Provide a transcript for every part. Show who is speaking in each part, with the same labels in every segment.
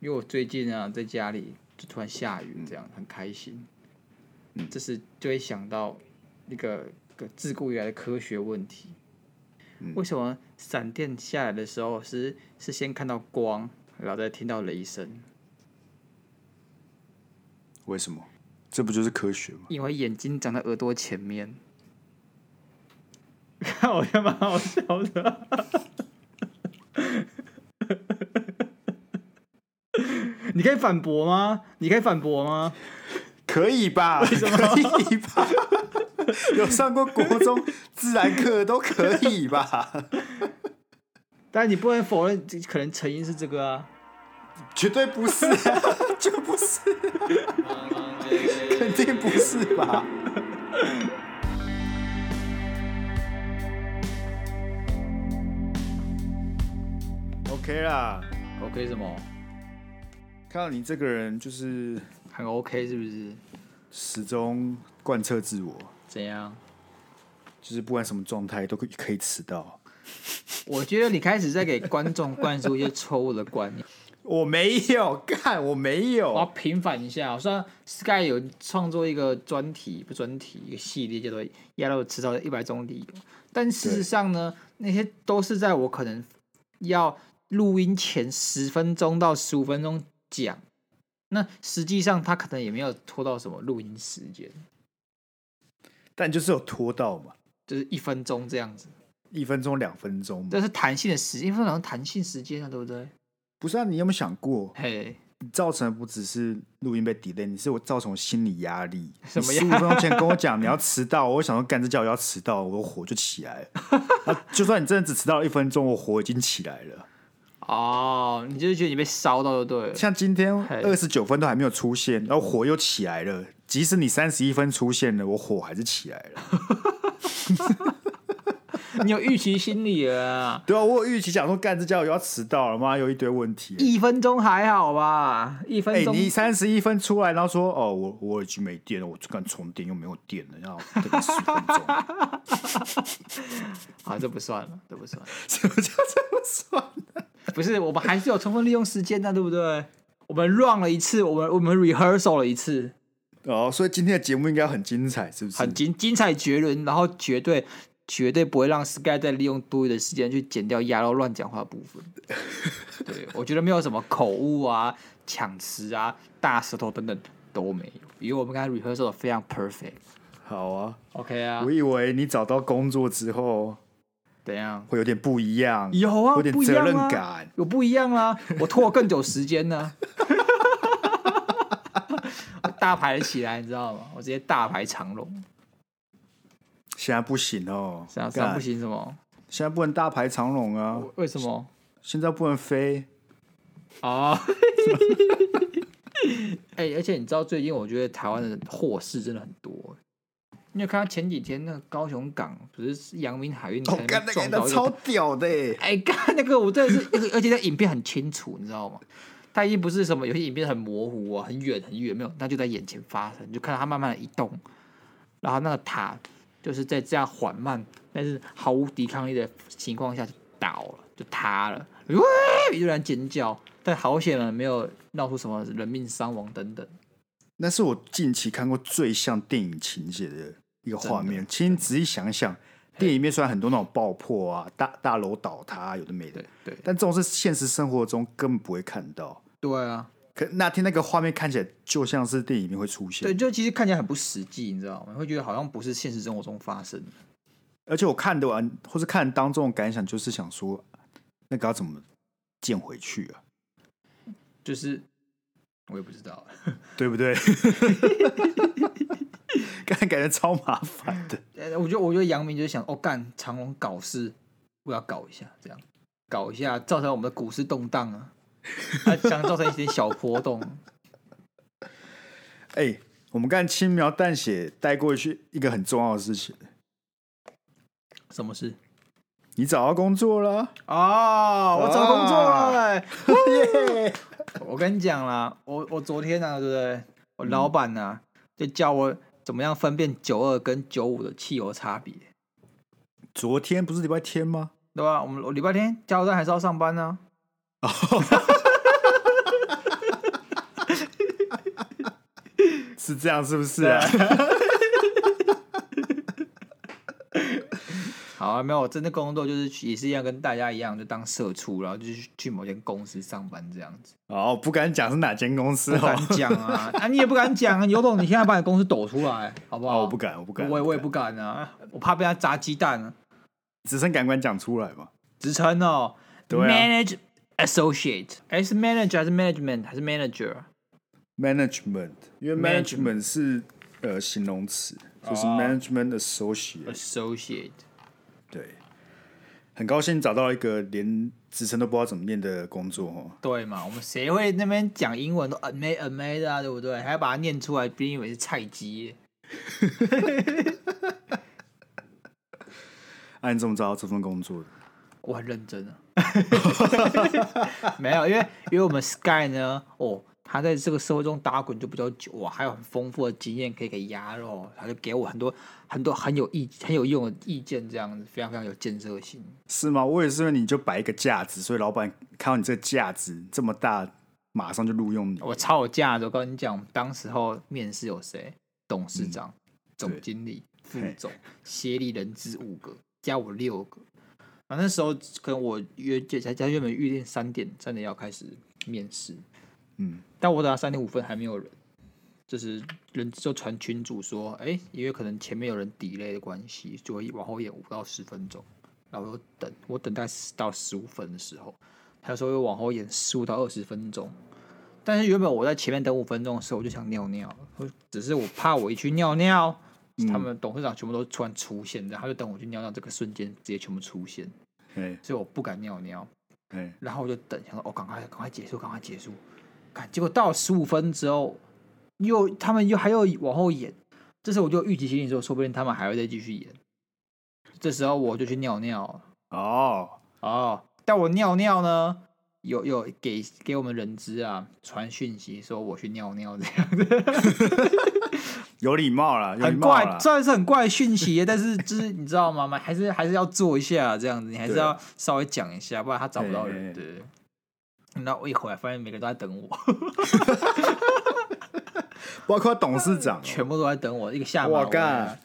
Speaker 1: 因为我最近啊在家里就突然下雨，这样很开心。
Speaker 2: 嗯
Speaker 1: 这时就会想到一个个自古以来的科学问题：
Speaker 2: 嗯
Speaker 1: 为什么闪电下来的时候是是先看到光，然后再听到雷声？
Speaker 2: 为什么？这不就是科学吗？
Speaker 1: 因为眼睛长在耳朵前面。 看，我觉得蛮好笑的。 你可以反驳吗？你可以反驳吗？
Speaker 2: 可以吧？ 可以吧？ 有上过国中自然课都可以吧？
Speaker 1: 但你不能否认，这可能成因是这个啊。
Speaker 2: 绝对不是、啊， 就不是、 肯定不是吧？OK 啦，
Speaker 1: OK 什么？
Speaker 2: 看到你这个人就是
Speaker 1: 很 OK 是不是？
Speaker 2: 始终贯彻自我，
Speaker 1: 怎样？
Speaker 2: 就是不管什么状态都可以可以迟到。
Speaker 1: 我觉得你开始在给观众灌输一些错误的观念。
Speaker 2: 我没有干，我没
Speaker 1: 我要
Speaker 2: 有。
Speaker 1: 平反一下，我虽然 Sky 有创作一个专题，不专题一个系列叫做“压到迟到的一百种理由”，但事实上呢，那些都是在我可能要录音前十分钟到十五分钟讲，那实际上他可能也没有拖到什么录音时间，
Speaker 2: 但就是有拖到嘛，
Speaker 1: 就是一分钟这样子，
Speaker 2: 一分钟、两分钟嘛。
Speaker 1: 这是弹性的时间，一分钟弹性时间啊，对不对？
Speaker 2: 不是啊，你有没有想过，
Speaker 1: 嘿，
Speaker 2: 你造成的不只是录音被 delay，你是我造成我心理压力。
Speaker 1: 什么
Speaker 2: 十
Speaker 1: 压
Speaker 2: 五分钟前跟我讲你要迟到，我想说干这叫我要迟到，我火就起来 了。啊就算你真的只迟到了一分钟，我火已经起来了。
Speaker 1: 哦，你就是觉得你被烧到就对了。
Speaker 2: 像今天
Speaker 1: 呃嘿
Speaker 2: 二十九分都还没有出现，然后火又起来了。即使你三十一分出现了，我火还是起来了。
Speaker 1: 你有预期心理了啊？
Speaker 2: 对啊，我有预期想说干这叫我要迟到了，妈有一堆问题。
Speaker 1: 一分钟还好吧？一
Speaker 2: 哎、
Speaker 1: 分钟、
Speaker 2: 你三十一分出来，然后说哦，我我已经没电了，我就敢充电又没有电了，然后等个十分钟，
Speaker 1: 啊，这不算了，这不算。
Speaker 2: 什么叫这么算？
Speaker 1: 不是，我们还是有充分利用时间的，对不对？我们 run 了一次，我们我们 rehearsal 了一次，
Speaker 2: 哦，所以今天的节目应该很精彩，是不是？
Speaker 1: 很精精彩绝伦，然后绝对绝对不会让 Sky 再利用多余的时间去剪掉鸭肉乱讲话的部分。对，我觉得没有什么口误啊、抢词啊、大舌头等等都没有，因为我们刚才 rehearsal 得非常 perfect。
Speaker 2: 好啊。
Speaker 1: OK 啊
Speaker 2: 我，以为你找到工作之后
Speaker 1: 怎样？
Speaker 2: 会有点不一样，
Speaker 1: 有啊，
Speaker 2: 有点
Speaker 1: 不一
Speaker 2: 责
Speaker 1: 样
Speaker 2: 任
Speaker 1: 啊
Speaker 2: 感。
Speaker 1: 有不一样啊！我拖了更久时间呢、 我大排起来，你知道吗？我直接大排长龙，
Speaker 2: 现在不行哦，
Speaker 1: 这样这
Speaker 2: 干
Speaker 1: 样啊不，行什么？
Speaker 2: 现在不能大排长龙啊，
Speaker 1: 为什么？
Speaker 2: 现在不能飞。
Speaker 1: 啊！ 哎、而且你知道最近我觉得台湾的祸事真的很多、欸你有看到前几天那个高雄港不是阳明海运
Speaker 2: 我
Speaker 1: 才
Speaker 2: 哦干那
Speaker 1: 撞
Speaker 2: 个
Speaker 1: 到
Speaker 2: 那
Speaker 1: 一
Speaker 2: 超
Speaker 1: 个
Speaker 2: 屌的欸，
Speaker 1: 哎， 刚那个我真的是，而且而且那影片很清楚，你知道吗？它已经不是什么有些影片很模糊啊，很远很远，没有，它就在眼前发生，你就看到它慢慢的移动，然后那个塔就是在这样缓慢，但是毫无抵抗力的情况下就倒了，就塌了，哇！有人尖叫，但好险啊，没有闹出什么人命伤亡等等。
Speaker 2: 那是我近期看过最像电影情节的一个画面。其实你仔细想想，电影里面虽然很多那种爆破啊、大大楼倒塌、啊、有的没的
Speaker 1: 对，对
Speaker 2: 但这种是现实生活中根本不会看到。
Speaker 1: 对啊，
Speaker 2: 可那天那个画面看起来就像是电影里面会出
Speaker 1: 对，
Speaker 2: 现，
Speaker 1: 就其实看起来很不实际，你知道吗？会觉得好像不是现实生活中发生的。
Speaker 2: 而且我看的完或是看当中的感想就是想说，那个要怎么建回去啊？
Speaker 1: 就是我也不知道，
Speaker 2: 对不对？ 感感觉超麻烦的，
Speaker 1: 呃，我觉得我觉得杨明就是想，哦，干长隆搞事，我要搞一下，这样搞一下，造成我们的股市动荡啊，他想造成一些小波动，
Speaker 2: 哎、我们刚才轻描淡写带过去一个很重要的事情，
Speaker 1: 什么事？
Speaker 2: 你找到工作了，
Speaker 1: 哦，我找工作了欸、
Speaker 2: 耶！
Speaker 1: 我跟你讲啦，我我昨天啊，对不对？我老板呢、就教我怎么样分辨九二跟九五的汽油差别，
Speaker 2: 昨天不是礼拜天吗？
Speaker 1: 对吧？我们我礼拜天加油站还是要上班呢、
Speaker 2: 是这样是不是啊？
Speaker 1: 好啊，没有，我真的工作就是也是一样，跟大家一样，就当社畜，然后就是去去某间公司上班这样子。
Speaker 2: 哦，不敢讲是哪间公司
Speaker 1: 不
Speaker 2: 哦
Speaker 1: 敢。讲啊， 啊，你也不敢讲啊，有种你现在把你公司抖出来，好不好？
Speaker 2: 哦，我不，敢，我不敢，
Speaker 1: 我也我也不敢啊，我怕被他砸鸡蛋啊。
Speaker 2: 只剩敢敢讲出来嘛。
Speaker 1: 职称哦、
Speaker 2: 对啊
Speaker 1: m a n a g e associate，哎是 manager 还是 management 还是 manager？
Speaker 2: Management，因为
Speaker 1: Management
Speaker 2: management 是呃形容词，就是
Speaker 1: 哦
Speaker 2: management associate。
Speaker 1: associate，
Speaker 2: 对，很高兴找到一个连职称都不知道怎么念的工作哦。
Speaker 1: 对嘛？我们谁会那边讲英文都 a m a a m a 的啊，对不对？还要把它念出来，别人以为是菜鸡。
Speaker 2: 啊，你怎么找到这份工作的？
Speaker 1: 我很认真啊， 没有，因为因为我们 Sky 呢，哦，他在这个社会中打滚就比较久，哇，还有很丰富的经验可以给鸭肉，他就给我很多很多很有意很有用的意见，这样子非常非常有建设性。
Speaker 2: 是吗？我也是因为你就摆一个架子，所以老板看到你这个架子这么大，马上就录用你。
Speaker 1: 嗯我超有价值，我跟你讲，我们当时候面试有谁？董事长、总
Speaker 2: 对
Speaker 1: 经理、副
Speaker 2: 嘿
Speaker 1: 总、协理人资五个，加我六个。然后那时候可能我约就才才原本预定三点，三点要开始面试，
Speaker 2: 嗯，
Speaker 1: 但我等到三点五分还没有人，就是人就传群主说，哎、因为可能前面有人 delay 的关系，就会往后延五到十分钟。然后我等，我等待十到十五分的时候，他就说会往后延十五到二十分钟。但是原本我在前面等五分钟的时候，我就想尿尿，我只是我怕我一去尿尿，他们董事长全部都突然出现，然后他就等我去尿尿这个瞬间直接全部出现，
Speaker 2: 哎
Speaker 1: 所以我不敢尿尿。
Speaker 2: 哎，
Speaker 1: 然后我就等，想说哦，赶快赶快结束，赶快结束。看，结果到十五分之后，又他们又还要往后演，这时候我就预期心理说，说不定他们还会再继续演。这时候我就去尿尿了
Speaker 2: 哦，
Speaker 1: 哦，但我尿尿呢，有有给给我们人资啊传讯息说我去尿尿这样子，
Speaker 2: 有礼貌啦，有礼
Speaker 1: 很
Speaker 2: 貌
Speaker 1: 怪
Speaker 2: 啦，。
Speaker 1: 虽然是很怪的讯息，但是就是你知道吗？还是还是要做一下这样子，你还是
Speaker 2: 对啊
Speaker 1: 要稍微讲一下，不然他找不到人。
Speaker 2: 哎
Speaker 1: 对。那我一回来发现每个人都在等我。
Speaker 2: 包括董事长哦、
Speaker 1: 全部都在等我一个下马
Speaker 2: 我
Speaker 1: 威
Speaker 2: 干，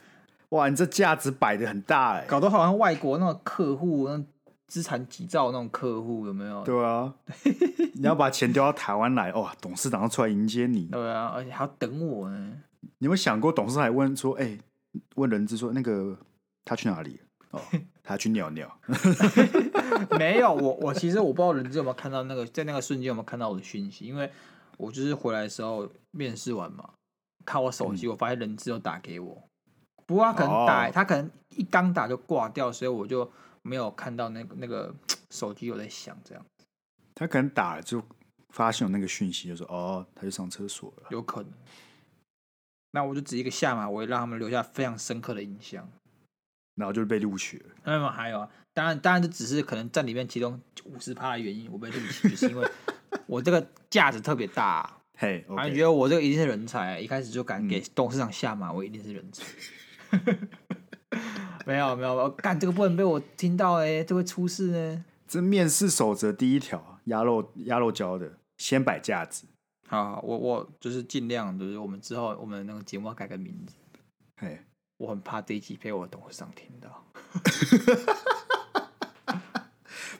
Speaker 2: 哇，你这架子摆的很大哎、
Speaker 1: 搞得好像外国那种客户，那种资产几兆那种客户有没有？
Speaker 2: 对 啊，你要把钱丢到台湾来，哇，董事长要出来迎 接你。
Speaker 1: 对啊，而且还要等我呢。
Speaker 2: 你有没有想过，董事长还问说，哎、问人资说，那个他去哪里？哦， 他去尿尿。
Speaker 1: 没有，我我其实我不知道人家有没有看到那个，在那个瞬间有没有看到我的讯息，因为我就是回来的时候面试完嘛，看我手机，我发现人资又打给我，不过他可能打、
Speaker 2: 嗯哦
Speaker 1: 他可能一刚打就挂掉，所以我就没有看到那个那个手机有在响，这样
Speaker 2: 他可能打了就发现有那个讯息，就说哦，他去上厕所了。
Speaker 1: 有可能。那我就只一个下马威，让他们留下非常深刻的印象。
Speaker 2: 然后就被录取了。
Speaker 1: 那么还有啊，当然，当然这只是可能占里面其中五十趴的原因，我被录取，就是因为我这个价值特别大、啊，
Speaker 2: 嘿、
Speaker 1: 反
Speaker 2: o
Speaker 1: 正
Speaker 2: k
Speaker 1: 觉得我这个一定是人才、啊一开始就敢给董事长下马，我一定是人才。 没有没有，我干这个不能被我听到哎、这会出事欸呢。
Speaker 2: 这面试守则第一条，鸭肉鸭肉教的，先摆架子。
Speaker 1: 好，我我就是尽量，就是我们之后我们那个节目要改个名字，
Speaker 2: 嘿，
Speaker 1: 我很怕这一集被我董事长听到。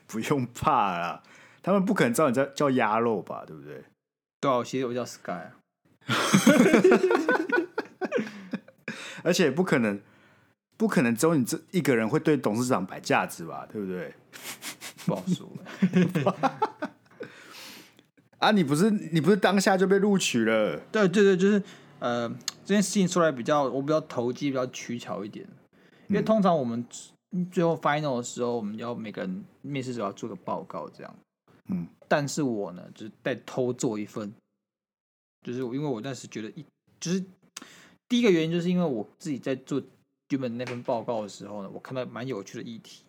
Speaker 2: 不用怕啦，他们不可能知道你在叫鸭肉吧，对不对？
Speaker 1: 对啊，我其实我叫 Sky，啊
Speaker 2: 而且不可能，不可能只有你这一个人会对董事长摆架子吧，对不对？
Speaker 1: 不好说。
Speaker 2: 啊，你不是你不是当下就被录取了？
Speaker 1: 对对对，就是呃，这件事情说来比较，我比较投机，比较取巧一点，因为通常我们最后 final 的时候，我们要每个人面试者要做个报告这样。
Speaker 2: 嗯，
Speaker 1: 但是我呢，就是在偷做一份，就是我因为我当时觉得一，就是第一个原因，就是因为我自己在做原本那份报告的时候呢，我看到蛮有趣的议题，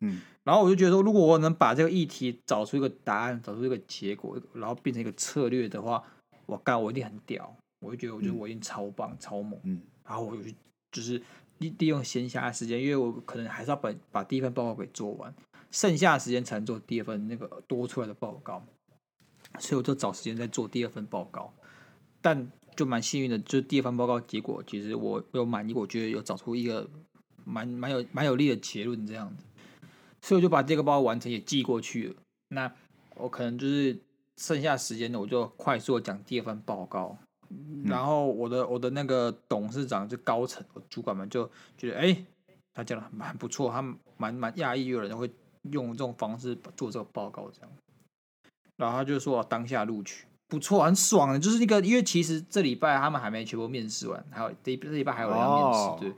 Speaker 2: 嗯，
Speaker 1: 然后我就觉得说，如果我能把这个议题找出一个答案，找出一个结果，然后变成一个策略的话，我干，我一定很屌，我就觉得，我觉得我一定超棒、超猛，
Speaker 2: 嗯，
Speaker 1: 然后我就去就是利利用闲暇的时间，因为我可能还是要把把第一份报告给做完，剩下的时间才能做第二份那个多出来的报告，所以我就找时间在做第二份报告，但就蛮幸运的，就是第二份报告结果，其实我有满意，我觉得有找出一个蛮蛮有蛮有力的结论这样子，所以我就把这个报告完成也寄过去了。那我可能就是剩下时间呢，我就快速地讲第二份报告。然后我的我的那个董事长就高层，我主管们就觉得，哎、他讲的蛮不错，他们蛮蛮讶异，有人会用这种方式做这个报告这样。然后他就说哦当下录取，不错，很爽的，欸就是一个，因为其实这礼拜他们还没全部面试完，还有这一这礼拜还有人要面试，
Speaker 2: 哦
Speaker 1: 对，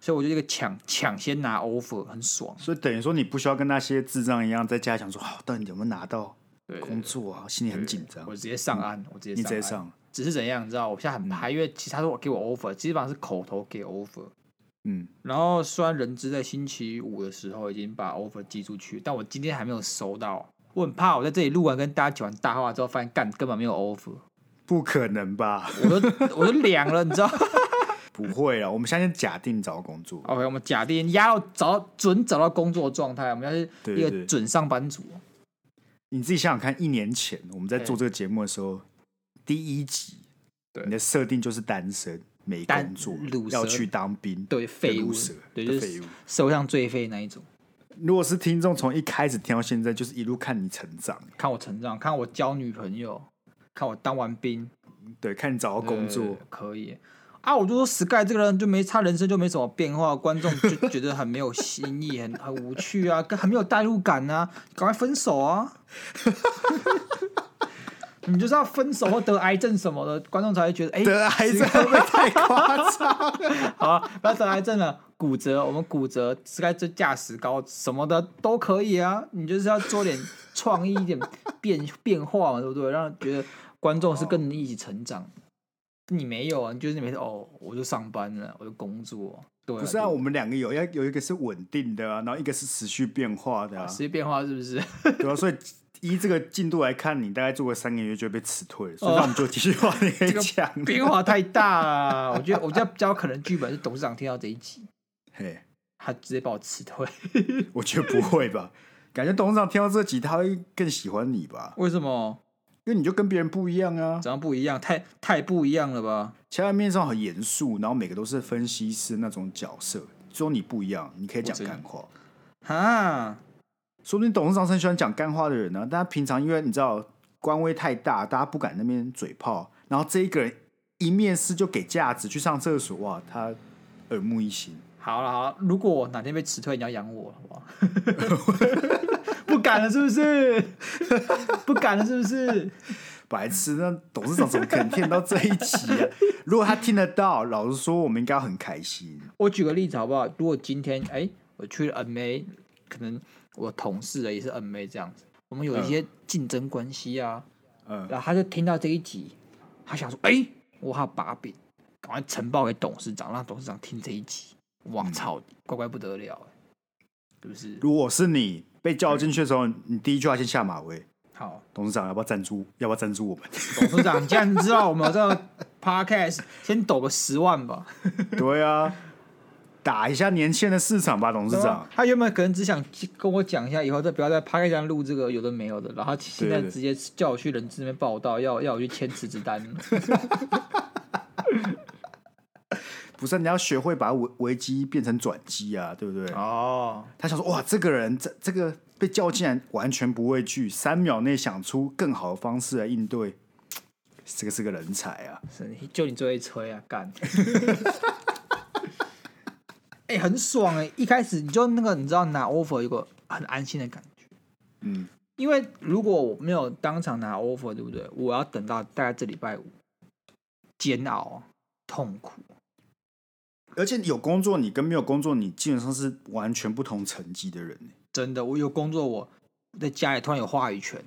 Speaker 1: 所以我就一个抢抢先拿 offer，很爽，
Speaker 2: 所以等于说你不需要跟那些智障一样在家想说，好、到底有没有拿到
Speaker 1: 对，
Speaker 2: 工作啊，心里很紧张
Speaker 1: 我。直接上岸，我直接
Speaker 2: 你直接
Speaker 1: 岸
Speaker 2: 上，
Speaker 1: 只是怎样，你知道，我现在很怕，因为其实他说我给我 offer，基本上是口头给 offer，
Speaker 2: 嗯，
Speaker 1: 然后虽然人资在星期五的时候已经把 offer 寄出去，但我今天还没有收到。我很怕我在这里录完跟大家讲完大话之后，发现干根本没有 offer，
Speaker 2: 不可能吧？
Speaker 1: 我都 我都凉了，你知道
Speaker 2: 不会啊，我们现在假定找到工作，
Speaker 1: ？OK，我们假定压到找到准找到工作状态，我们要是一
Speaker 2: 对对
Speaker 1: 个准上班族，
Speaker 2: 你自己想想看，一年前我们在
Speaker 1: 对
Speaker 2: 做这个节目的时候，第一集，
Speaker 1: 对
Speaker 2: 你的设定就是单身没
Speaker 1: 单
Speaker 2: 工作
Speaker 1: 乳，蛇
Speaker 2: 要去当兵，
Speaker 1: 对废
Speaker 2: 跟
Speaker 1: 物
Speaker 2: 乳蛇，
Speaker 1: 对
Speaker 2: 跟
Speaker 1: 就
Speaker 2: 废
Speaker 1: 是
Speaker 2: 物。
Speaker 1: 收上最废那一种。
Speaker 2: 如果是听众从一开始听到现在，就是一路看你成长，
Speaker 1: 看我成长，看我交女朋友，看我当完兵，
Speaker 2: 对，看你找到工作
Speaker 1: 对，可以啊，我就说 Sky 这个人就没他人生就没什么变化，观众就 觉得很没有新意，很很无趣啊，跟很没有代入感啊，赶快分手啊！ 你就是要分手或得癌症什么的，观众才会觉得哎，
Speaker 2: 得癌症会不会 太夸张？
Speaker 1: 好、啊，不要得癌症了，骨折，我们骨折，Sky 这驾驶高什么的都可以啊，你就是要做点创意一 点变变化嘛，对不对？让人觉得观众是跟你一起成长。你没有啊，你就是每次哦，我就上班了，我就工作，对、啊，
Speaker 2: 不是啊，
Speaker 1: 对
Speaker 2: 我们两个有要有一个是稳定的啊，然后一个是持续变化的啊，
Speaker 1: 时间变化是不 是？
Speaker 2: 对啊，所以依这个进度来看，你大概做个三个月就被辞退了，所以
Speaker 1: 哦
Speaker 2: 那我们就继续往那
Speaker 1: 这
Speaker 2: 个
Speaker 1: 个
Speaker 2: 讲。
Speaker 1: 变化太大了，我觉得我觉得比较可能剧本是董事长听到这一集，
Speaker 2: 嘿，
Speaker 1: 他直接把我辞退。
Speaker 2: 我觉得不会吧？感觉董事长听到这集，他会更喜欢你吧？
Speaker 1: 为什么？
Speaker 2: 因为你就跟别人不一样啊。
Speaker 1: 怎样不一样？太太不一样了吧？
Speaker 2: 其他面上很严肃，然后每个都是分析师那种角色，只有你不一样，你可以讲
Speaker 1: 我知道
Speaker 2: 干话。
Speaker 1: 哈，
Speaker 2: 说不定董事长是很喜欢讲干话的人呢、啊但他平常因为你知道官威太大，大家不敢那边嘴炮，然后这一个人一面试就给价值去上厕所，哇，他耳目一新。
Speaker 1: 好了好了，如果我哪天被辞退，你要养我，好不好？ 不敢了是不是？不敢了是不是？
Speaker 2: 白痴，那董事长怎么可能听得到这一集啊？ 如果他听得到，老实说，我们应该很开心。
Speaker 1: 我举个例子好不好？如果今天哎、我去了 MA，可能我同事的也是 MA 这样子，我们有一些竞争关系啊，
Speaker 2: 嗯，
Speaker 1: 然后他就听到这一集，他想说，哎、我还有把柄，赶快呈报给董事长，让董事长听这一集。
Speaker 2: 嗯
Speaker 1: 哇操，乖乖不得了、哎是不是？
Speaker 2: 如果是你被叫进去的时候，你第一句话先下马威，
Speaker 1: 好，
Speaker 2: 董事长要不要赞助？要不要赞助 我们？
Speaker 1: 董事长，你既然知道我们有这个 podcast，先 抖个十万吧。
Speaker 2: 对啊，打一下年轻人的市场吧，董事
Speaker 1: 对
Speaker 2: 长
Speaker 1: 啊。他原本可能只想跟我讲一下，以后再不要在 p a r k 上录这个有的没有的，然后他现在
Speaker 2: 对对
Speaker 1: 直接叫我去人资那边报道，要要我去签辞职单。
Speaker 2: 不是，你要学会把危危机变成转机啊，对不对？
Speaker 1: 哦，
Speaker 2: 他想说，哇，这个人这这个被叫进来完全不畏惧，三秒内想出更好的方式来应对，这个是个人才啊。
Speaker 1: 是你就你最会吹啊，干！ 哎、很爽哎、一开始你就那个，你知道拿 offer 有个很安心的感觉，
Speaker 2: 嗯，
Speaker 1: 因为如果我没有当场拿 offer，对不对？我要等到大概这礼拜五，煎熬、痛苦，
Speaker 2: 而且有工作，你跟没有工作，你基本上是完全不同层级的人。
Speaker 1: 真的，我有工作，我在家里突然有话语权，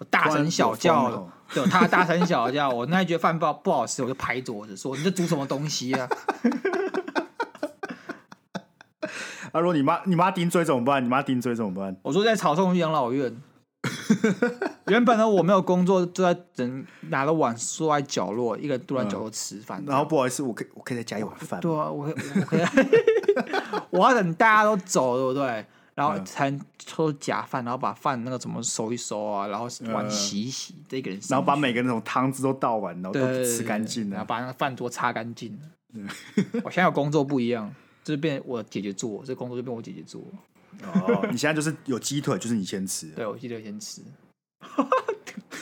Speaker 1: 我大
Speaker 2: 突然
Speaker 1: 声
Speaker 2: 有
Speaker 1: 小
Speaker 2: 风
Speaker 1: 叫
Speaker 2: 头
Speaker 1: 了，对，他大声小叫，我那一觉饭不好不好吃，我就拍桌子说：“你这煮什么东西啊？”
Speaker 2: 啊，如果你妈你妈顶嘴怎么办？你妈顶嘴怎么办？
Speaker 1: 我说在草送去养老院。原本呢，我没有工作，就在等拿了碗坐在角落，一个人坐在角落吃饭。
Speaker 2: 嗯然后不好意思，我可以我可以再加一碗饭吗。
Speaker 1: 对啊，我可以我可以，我要等大家都走，对不对？然
Speaker 2: 嗯
Speaker 1: 后才能抽假饭，然后把饭那个怎么收一收啊，然后碗洗一洗，这个人
Speaker 2: 嗯然后把
Speaker 1: 上去
Speaker 2: 每个人那种汤汁都倒完，然后
Speaker 1: 对
Speaker 2: 都
Speaker 1: 对对
Speaker 2: 吃干净
Speaker 1: 然后
Speaker 2: 了。
Speaker 1: 把那个饭桌擦干净。 我现在有工作不一样，就是变我姐姐做，这工作就变我姐姐做。
Speaker 2: 哦，你现在就是有鸡腿，就是你先吃。
Speaker 1: 对，我记得先吃，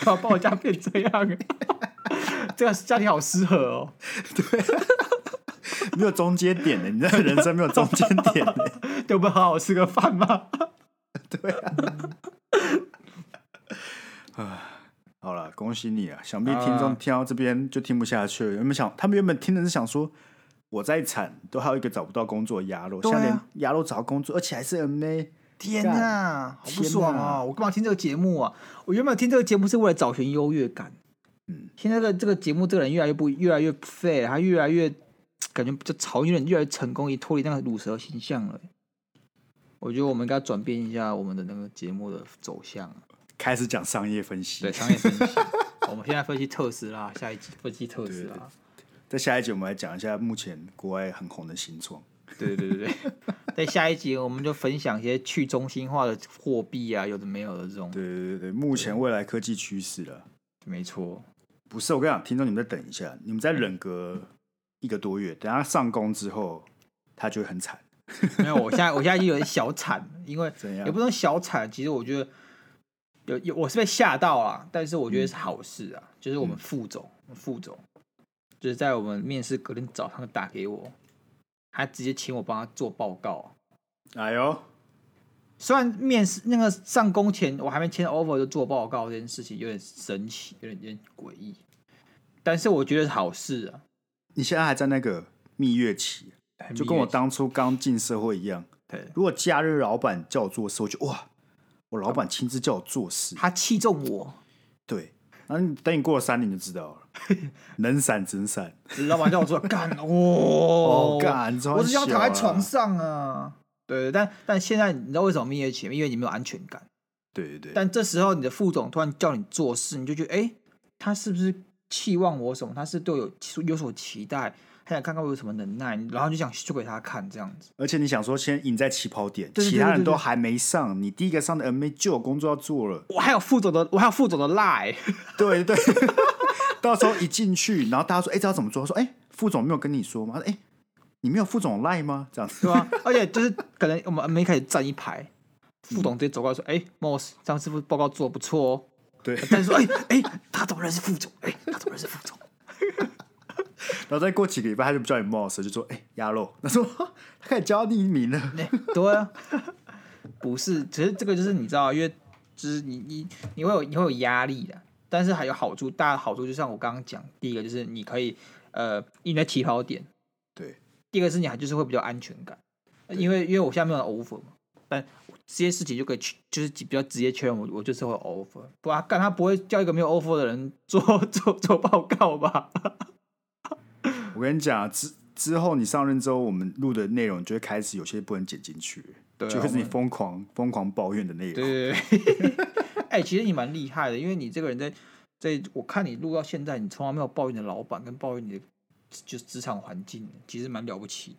Speaker 1: 然后把我家变这样，欸 这个家庭好失和哦。
Speaker 2: 没有中间点的，你 这人生没有中间点的。
Speaker 1: 要不要好好吃个饭吗？
Speaker 2: 好了，恭喜你啊！想必听众听到这边就听不下去了。原本想，他们原本听的是想说，我在惨，都还有一个找不到工作的鸭肉，
Speaker 1: 对
Speaker 2: 现
Speaker 1: 啊
Speaker 2: 在连鸭肉找到工作，而且还是 M A。
Speaker 1: 天啊，好不
Speaker 2: 天
Speaker 1: 爽
Speaker 2: 哪
Speaker 1: 啊！我干嘛听这个节目啊？我原本听这个节目是为了找寻优越感，
Speaker 2: 嗯，
Speaker 1: 现在这个这个节目这个人越来越不越来越废，他越来越感觉就潮人越来越成功，也脱离那个乳蛇形象了。我觉得我们应该转变一下我们的那个节目的走向，啊
Speaker 2: 开始讲商业分析
Speaker 1: 对。商业分析。我们现在分析特斯拉，下一集分析特斯拉。
Speaker 2: 在下一集我们来讲一下目前国外很红的新创。
Speaker 1: 对对对对对， 在下一集我们就分享一些去中心化的货币啊，有的没有的这种。
Speaker 2: 对对对对，目前未来科技趋势了。
Speaker 1: 没错，
Speaker 2: 不是，我跟你讲，听众你们再等一下，你们再忍个一个多月，等他上工之后，他就会很惨。
Speaker 1: 没有，我现在我现在就有点小惨，因为
Speaker 2: 怎样
Speaker 1: 也不能小惨，其实我觉得有有我是被吓到啊，但是我觉得
Speaker 2: 嗯
Speaker 1: 是好事啊，就是我们副总、副总就是在我们面试隔天早上打给我，他直接请我帮他做报告。啊
Speaker 2: 哎呦，
Speaker 1: 虽然面试那个上工前我还没签 offer 就做报告这件事情有点神奇，有点有点诡异，但是我觉得是好事啊，
Speaker 2: 你现在还在那个蜜月期，
Speaker 1: 很
Speaker 2: 就跟我
Speaker 1: 明显
Speaker 2: 当初刚进社会一样。
Speaker 1: 对
Speaker 2: 如果假日老板叫我做事，我就哇，我老板亲自叫我做事。
Speaker 1: 他器重我，
Speaker 2: 对，然后你等你过了三年就知道了，能闪真闪。
Speaker 1: 老板叫我做 干哦
Speaker 2: 哦干超
Speaker 1: 我只想
Speaker 2: 小
Speaker 1: 躺在床
Speaker 2: 啊
Speaker 1: 上啊。对，但但现在你知道为什么蜜月期吗？因为你没有安全感。
Speaker 2: 对对对，
Speaker 1: 但这时候你的副总突然叫你做事，你就觉得哎、诶他是不是期望我什么？他是对我有有所期待，他想看看我有什么能耐，然后就想秀给他看这样子。
Speaker 2: 而且你想说先赢在起跑点，
Speaker 1: 对对
Speaker 2: 其他
Speaker 1: 对对
Speaker 2: 人
Speaker 1: 对
Speaker 2: 都还没上，你第一个上的 MA 就有工作要做了。
Speaker 1: 我还有副总的，我还有副总的 lie，
Speaker 2: 对对， 到时候一进去，然后大家说：“哎、这要怎么做？”说：“哎、副总没有跟你说吗？哎、你没有副总赖吗？”这样子
Speaker 1: 对吧、而且就是可能我们没开始站一排，副总直接走过来说：“哎、m o s s 上次报告做的不错哦。”
Speaker 2: 对，
Speaker 1: 但是说：“哎、哎、他怎么认识副总？哎、他怎么认识副总？”
Speaker 2: 然后再过几个礼拜，他就不叫你 Moss，就说：“哎、鸭肉。” 他说：“哈他开始教匿名了。
Speaker 1: 欸对啊，不是，只是这个就是你知道，因为就是你你你会有你会有压力的，但是还有好处，大的好处就像我刚刚讲，第一个就是你可以呃赢在起跑点，
Speaker 2: 对，
Speaker 1: 第二个是你还就是会比较安全感，因为因为我现在没有 offer 嘛，但这些事情就可以去就是比较直接确认我我就是会有 offer，不然干他不会叫一个没有 offer 的人做做做报告吧？
Speaker 2: 我跟你讲啊，之之后你上任之后，我们录的内容就会开始有些不能剪进去，
Speaker 1: 对啊
Speaker 2: 就会是你
Speaker 1: 我们
Speaker 2: 疯狂疯狂抱怨的内容。
Speaker 1: 对对对， 哎、其实你蛮厉害的，因为你这个人在在我看你录到现在，你从来没有抱怨你的老板跟抱怨你的就是职场环境，其实蛮了不起。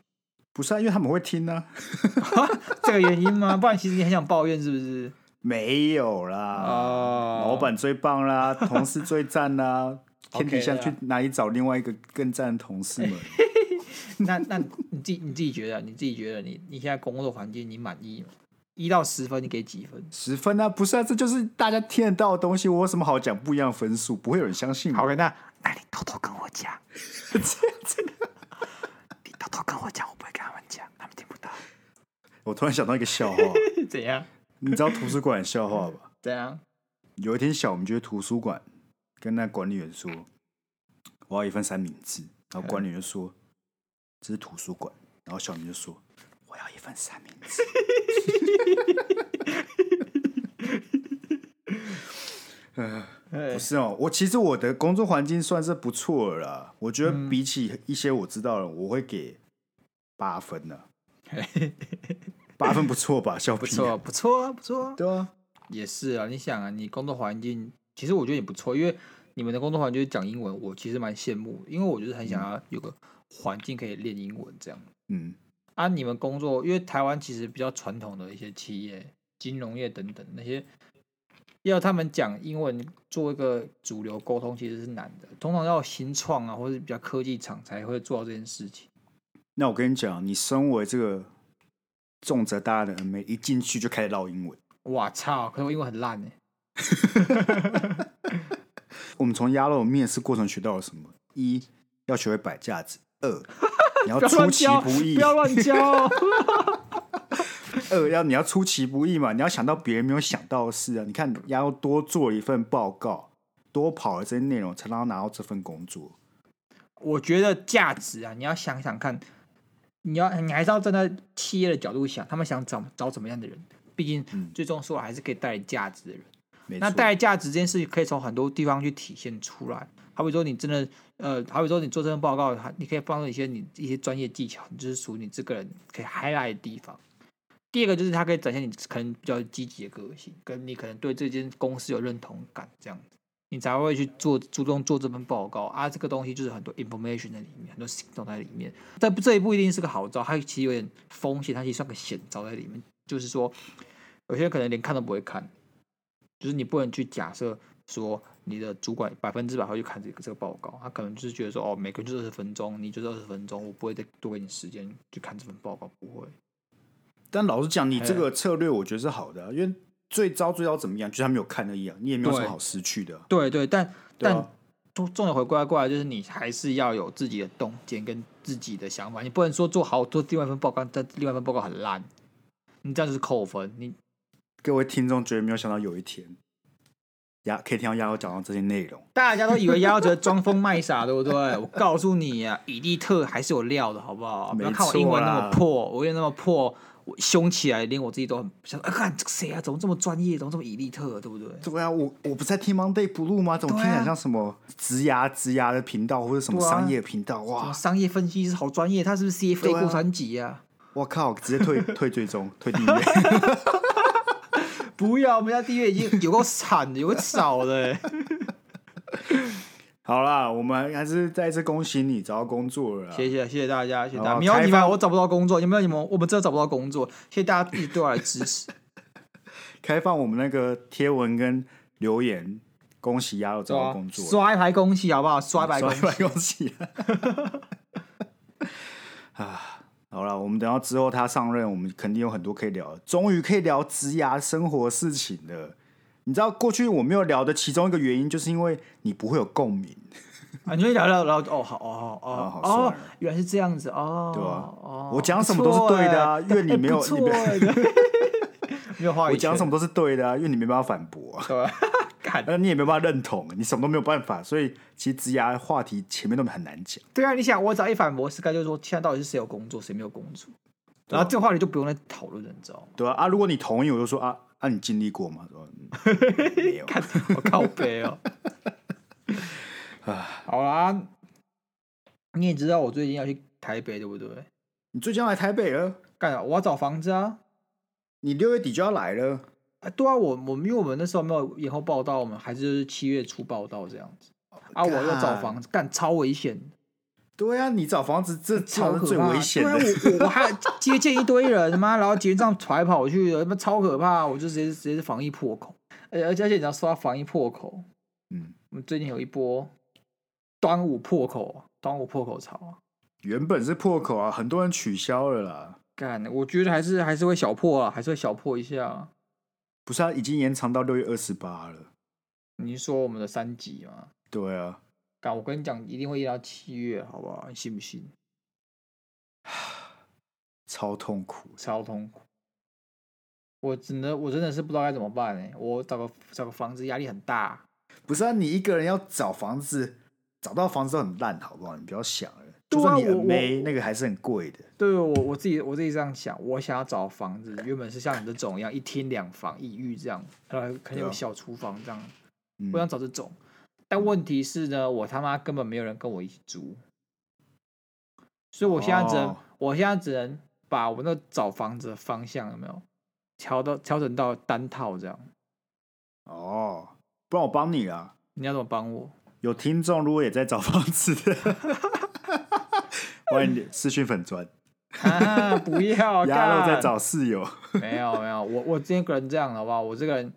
Speaker 2: 不是啊，因为他们会听啊。
Speaker 1: 这个原因吗？不然其实你很想抱怨是不 是？
Speaker 2: 没有啦，
Speaker 1: 哦
Speaker 2: 老板最棒啦，同事最赞啦，天底 下
Speaker 1: OK
Speaker 2: 去
Speaker 1: 啦
Speaker 2: 哪里找另外一个更赞的同事们？
Speaker 1: 那那你你自己你自己觉得，啊你自己觉得你你现在工作环境你满意吗？一到十分，你给几分？
Speaker 2: 十分啊，不是啊，这就是大家听得到的东西，我有什么好讲不一样的分数？不会有人相信我。
Speaker 1: 的，那 那你偷偷跟我讲，
Speaker 2: 这样子，
Speaker 1: 你偷偷跟我讲，我不会跟他们讲，他们听不到。
Speaker 2: 我突然想到一个笑话，
Speaker 1: 怎样？
Speaker 2: 你知道图书馆的笑话吧？
Speaker 1: 怎样？
Speaker 2: 有一天小明就去图书馆，跟那管理员说：“我要一份三明治。”然后管理员就说：“这是图书馆。”然后小明就说：“我要一份三明治。”呃
Speaker 1: 哎
Speaker 2: 不是哦，我其实我的工作环境算是不错了啦，我觉
Speaker 1: 嗯
Speaker 2: 得比起一些我知道了，我会给八分啊呢、八分不错吧，小
Speaker 1: 不
Speaker 2: 皮、
Speaker 1: 错，不错啊，不错啊。
Speaker 2: 对啊，
Speaker 1: 也是啊，你想啊，你工作环境其实我觉得也不错，因为你们的工作环境就是讲英文，我其实蛮羡慕的，因为我就是很想要有个环境可以练英文这样。
Speaker 2: 嗯，
Speaker 1: 啊，你们工作，因为台湾其实比较传统的一些企业，金融业等等那些，要他们讲英文做一个主流沟通，其实是难的。通常要新创啊，或者比较科技厂才会做到这件事情。
Speaker 2: 那我跟你讲，你身为这个重责大任的 MA，一进去就开始唠英文。
Speaker 1: 哇操！可是我英文很 烂哎、
Speaker 2: 我们从鸭肉面试过程学到了什么？一要学会摆架子， 二你要
Speaker 1: 不要
Speaker 2: 哦出
Speaker 1: 乱
Speaker 2: 其
Speaker 1: 教，
Speaker 2: 不 意
Speaker 1: 不，要乱教哦。
Speaker 2: 二要你要出其不意嘛，你要想到别人没有想到的事啊。你看鸭肉多做一份报告，多跑了这些内容，才能够拿到这份工作。
Speaker 1: 我觉得价值啊，你要想想看，你要你还是要站在企业的角度想，他们想找找怎么样的人，毕竟最终说来还是可以带来价值的人。
Speaker 2: 没
Speaker 1: 那
Speaker 2: 错，
Speaker 1: 带来价值这件事情，可以从很多地方去体现出来。好比说，你真的，呃，好比说你做这份报告，还你可以帮助一些你一些专业技巧，你就是属于你这个人可以 highlight 的地方。第二个就是它可以展现你可能比较积极的个性，跟你可能对这间公司有认同感，这样子，你才会去做注重做这份报告啊。这个东西就是很多 information 在里面，很多 signal 在里面。但这一步一定是个好招，它其实有点风险，它其实算个险招在里面。就是说，有些人可能连看都不会看，就是你不能去假设说你的主管百分之百会去看这个这个报告，他可能就是觉得说哦，每个人就二十分钟，你就是二十分钟，我不会再多给你时间去看这份报告，不会。
Speaker 2: 但老实讲，
Speaker 1: 哎
Speaker 2: 你这个策略我觉得是好的啊、因为最糟最糟怎么样，就是他没有看而已啊，你也没有什么
Speaker 1: 对
Speaker 2: 好失去的啊、
Speaker 1: 对对，但
Speaker 2: 对
Speaker 1: 但
Speaker 2: 啊
Speaker 1: 重重点回归过来就是你还是要有自己的洞见跟自己的想法，你不能说做好做另外一份报告，但另外一份报告很烂，你这样就是扣分。你
Speaker 2: 各位听众绝对没有想到有一天，鸭可以听到鸭肉讲到这些内容。
Speaker 1: 大家都以为夭折装疯卖傻，对不对？ 我告诉你啊，伊利特还是有料的，好不好？不要看我英文那么破，我英文那么破，我凶起来连我自己都很想说，啊，看这个谁啊，怎么这么专业，怎么这么伊利特，对不对？
Speaker 2: 对啊，我我不是在听 Monday Blue 吗？怎么
Speaker 1: 对
Speaker 2: 听
Speaker 1: 啊
Speaker 2: 起来像什么植牙植牙的频道，或者什么
Speaker 1: 对啊啊
Speaker 2: 商业频道？
Speaker 1: 什么
Speaker 2: 哇，
Speaker 1: 商业分析师好专业，他是不是
Speaker 2: 对
Speaker 1: CFA
Speaker 2: 啊
Speaker 1: 过三级啊？
Speaker 2: 我靠，直接退 退追踪退订阅。
Speaker 1: 不要，我们家地位已经有够惨的，有够少的、欸。
Speaker 2: 好啦，我们还是再次恭喜你找到工作了啦。
Speaker 1: 谢谢谢谢大家，谢谢大
Speaker 2: 好
Speaker 1: 家。没有你
Speaker 2: 开
Speaker 1: 们，
Speaker 2: 放
Speaker 1: 我找不到工作；有没有你们，我们真的找不到工作。谢谢大家一直对我来支 持。
Speaker 2: 开放我们那个贴文跟留言，恭喜鸭肉找
Speaker 1: 啊
Speaker 2: 到工作了。
Speaker 1: 刷一排恭喜好不好？刷一排恭
Speaker 2: 刷
Speaker 1: 喜。
Speaker 2: 白恭 喜。啊，好了，我们等到之后他上任，我们肯定有很多可以聊。终于可以聊职涯生活事情了。你知道过去我没有聊的其中一个原因，就是因为你不会有共鸣，
Speaker 1: 啊，你会聊聊聊哦，好哦哦
Speaker 2: 哦好
Speaker 1: 哦
Speaker 2: 算
Speaker 1: 哦
Speaker 2: 了，
Speaker 1: 原来是这样子哦，
Speaker 2: 对吧
Speaker 1: 哦，
Speaker 2: 我讲什么都是对的啊
Speaker 1: 不错欸
Speaker 2: 因为你没有
Speaker 1: 哎不
Speaker 2: 你没
Speaker 1: 错欸对 没有话语
Speaker 2: 我
Speaker 1: 权，
Speaker 2: 讲什么都是对的、啊，因为你没办法反驳、啊，
Speaker 1: 对吧？干
Speaker 2: 那你也没办法认同，你什么都没有办法，所以其实职涯话题前面都很难讲。
Speaker 1: 对啊，你想我只要一反驳，是该就是说现在到底是谁有工作，谁没有工作，
Speaker 2: 对啊
Speaker 1: 然后这个话题就不用再讨论了，你知道吗？
Speaker 2: 对啊，啊，如果你同意，我就说啊啊，你经历过吗？说嗯 没有。
Speaker 1: 看我靠背 哦。好啦，你也知道我最近要去台北，对不对？
Speaker 2: 你最近要来台北了，
Speaker 1: 干，我要找房子啊！
Speaker 2: 你六月底就要来了。
Speaker 1: 啊，对啊，我我们因为我们那时候没有延后报道，我们还是就是七月初报道这样子。啊，我要找
Speaker 2: 干
Speaker 1: 房子，干超危险，
Speaker 2: 对啊，你找房子这
Speaker 1: 超
Speaker 2: 是
Speaker 1: 可
Speaker 2: 最
Speaker 1: 怕。
Speaker 2: 危险
Speaker 1: 对啊
Speaker 2: 的。
Speaker 1: 我我我还接见一堆人，他妈，然后结账跑来跑去的，他妈超可怕，我就直接直接是防疫破口，而且而且而且你要说到防疫破口，
Speaker 2: 嗯，
Speaker 1: 我们最近有一波端午破口，端午破口潮啊，
Speaker 2: 原本是破口啊，很多人取消了啦。
Speaker 1: 干，我觉得还是还是会小破啊，还是会小破一下啊。
Speaker 2: 不是啊，已经延长到六月二十八了。
Speaker 1: 你是说我们的三级嘛？
Speaker 2: 对啊，
Speaker 1: 干，我跟你讲，一定会延到七月，好不好？你信不信？
Speaker 2: 超痛苦。
Speaker 1: 超痛苦。我真的，我真的是不知道该怎么办哎、我找个找个房子压力很大，
Speaker 2: 不是啊，你一个人要找房子，找到房子都很烂，好不好？你不要想了。
Speaker 1: 对
Speaker 2: 就
Speaker 1: 啊
Speaker 2: 算你
Speaker 1: 我我
Speaker 2: 没那个还是很贵的。
Speaker 1: 对我我自己我自己这样想，我想要找房子，原本是像你这种一样一厅两房一浴这样，呃，可能
Speaker 2: 对啊
Speaker 1: 有小厨房这样，
Speaker 2: 嗯
Speaker 1: 我想找这种。但问题是呢，我他妈根本没有人跟我一起住，所以我现在只能，
Speaker 2: 哦
Speaker 1: 我现在只能把我那找房子的方向有没有调到调整到单套这样。
Speaker 2: 哦，不然我帮你啊。
Speaker 1: 你要怎么帮我？
Speaker 2: 有听 众如果也在找房子的，欢迎私讯粉砖。
Speaker 1: 啊，不 要，
Speaker 2: 鸭肉在
Speaker 1: 干
Speaker 2: 找室友，
Speaker 1: 没有没有，我我这个人这样的好不好？我这个人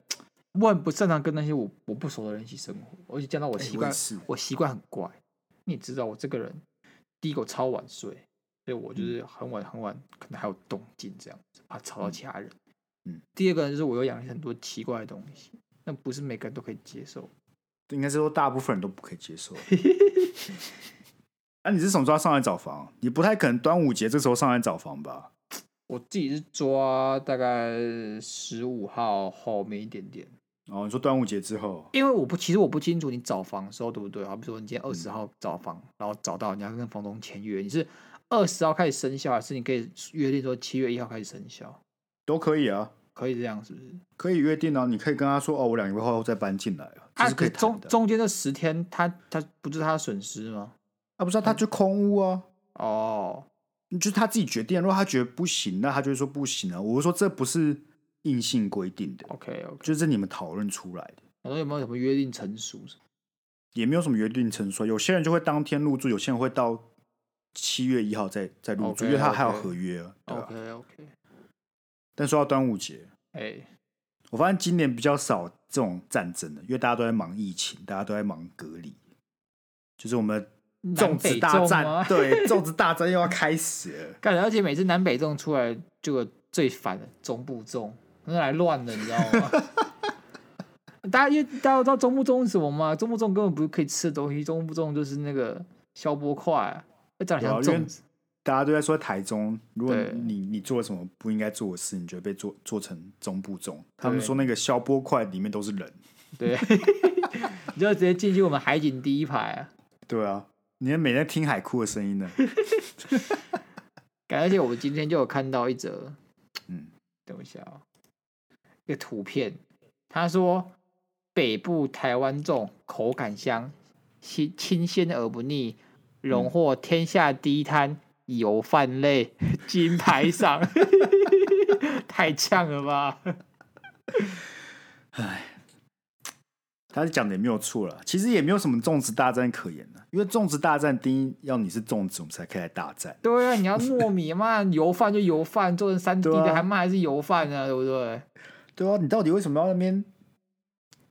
Speaker 1: 我很不擅长跟那些我我不熟的人一起生活，而且加上我
Speaker 2: 哎
Speaker 1: 习
Speaker 2: 我
Speaker 1: 惯、
Speaker 2: 也是
Speaker 1: 我习惯很怪，你也知道我这个人第一个我超晚睡，所以我就是
Speaker 2: 嗯
Speaker 1: 很晚很晚，可能还有动静这样子，怕吵到其他人。
Speaker 2: 嗯，
Speaker 1: 第二个就是我又养了很多奇怪的东西，那不是每个人都可以接受。
Speaker 2: 应该是说大部分人都不可以接受。 啊，你是什么时候上来找房？你不太可能端午节这时候上来找房吧？
Speaker 1: 我自己是抓大概十五号后面一点点，
Speaker 2: 哦，你说端午节之后，
Speaker 1: 因为我不，其实我不清楚你找房的时候对不对。好比说你今天二十号找房，然后找到你要跟房东签约，你是二十号开始生效，还是你可以约定说七月一号开始生效？
Speaker 2: 都可以啊，
Speaker 1: 可以这样是不是？
Speaker 2: 可以约定啊。你可以跟他说，哦，我两个月后再搬进来啊，这
Speaker 1: 啊，
Speaker 2: 是可以谈
Speaker 1: 中
Speaker 2: 的。
Speaker 1: 中间这十天，他他不是他的损失吗？
Speaker 2: 啊，不是、啊，他就空屋啊。
Speaker 1: 哦，
Speaker 2: 就是他自己决定，如果他觉得不行，那他就会说不行啊。我是说这不是硬性规定的，
Speaker 1: OK OK，
Speaker 2: 就是你们讨论出来的，
Speaker 1: 我说有没有什么约定成熟什么？
Speaker 2: 也没有什么约定成说，有些人就会当天入住，有些人会到七月一号再再入
Speaker 1: OK，
Speaker 2: 住因为他还有
Speaker 1: OK
Speaker 2: 合约啊，对吧、
Speaker 1: OK OK，
Speaker 2: 但说到端午节，
Speaker 1: 哎、
Speaker 2: 我发现今年比较少这种战争的，因为大家都在忙疫情，大家都在忙隔离，就是我们
Speaker 1: 南
Speaker 2: 粽子
Speaker 1: 北
Speaker 2: 大
Speaker 1: 粽
Speaker 2: 战
Speaker 1: 吗，
Speaker 2: 对，粽子大战又要开始了。
Speaker 1: 干，而且每次南北粽出来，这个最烦的中部粽，那来乱的，你知道吗？大家因为大家都知道中部粽是什么吗？中部粽根本不是可以吃的东西，中部粽就是那个消波块、啊，它长得像
Speaker 2: 对啊因为
Speaker 1: 粽子。
Speaker 2: 大家都在说台中，如果
Speaker 1: 对
Speaker 2: 你你做了什么不应该做的事，你就会被做做成中部中。他们
Speaker 1: 对
Speaker 2: 说那个消波块里面都是人，
Speaker 1: 对， 你就直接进去我们海景第一排啊！
Speaker 2: 对啊，你还每天听海哭的声音呢。
Speaker 1: 感而且我们今天就有看到一则，
Speaker 2: 嗯，
Speaker 1: 等一下啊、一个图片，他说北部台湾粽口感香，清清鲜而不腻，荣获天下第一摊油饭类金牌赏， 太呛了吧？
Speaker 2: 他讲的也没有错了，其实也没有什么粽子大战可言的，啊因为粽子大战第一要你是粽子，我们才可以来大战。
Speaker 1: 对啊，你要糯米 嘛，油饭就油饭，做成三 D
Speaker 2: 对
Speaker 1: 的
Speaker 2: 啊
Speaker 1: 还卖还是油饭呢，对不对？
Speaker 2: 对啊，你到底为什么要那边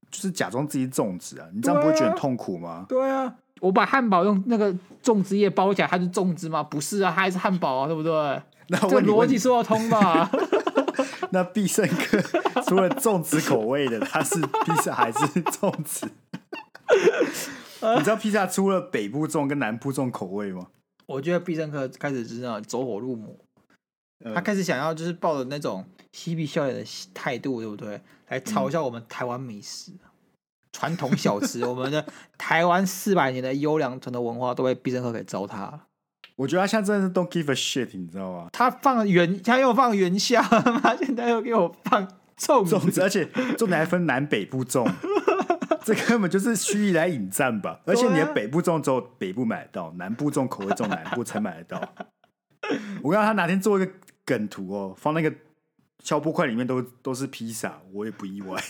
Speaker 2: 就是假装自己是粽子啊？你这样不会觉得很痛 苦吗？
Speaker 1: 对啊，我把汉堡用那个粽子叶包起来，它是粽子吗？不是啊，它还是汉堡啊，对不对？
Speaker 2: 那我
Speaker 1: 这
Speaker 2: 问你
Speaker 1: 逻
Speaker 2: 问
Speaker 1: 辑
Speaker 2: 你，
Speaker 1: 说得通吧？
Speaker 2: 那必胜客除了粽子口味的，它是披萨还是粽 子？你知道披萨出了北部粽跟南部粽口味吗？
Speaker 1: 我觉得必胜客开始就是那种走火入魔，
Speaker 2: 嗯
Speaker 1: 他开始想要就是抱着那种嬉皮笑脸的态度，对不对？来嘲笑我们台湾美食、传统小吃， 我们的台湾四百年的优良传统文化都被必胜客给糟蹋了。
Speaker 2: 我觉得他现在真的是 don't give a shit，你知道吗？
Speaker 1: 他放元，他又放元宵，妈现在又给我放粽子，
Speaker 2: 粽子，而且粽子还分南北部粽， 这根本就是蓄意来引战吧！而且你的北部粽只有北部买得到，南部粽口味粽南部才买得到。我告诉他哪天做一个梗图哦，放那个消波块里面都都是披萨，我也不意外。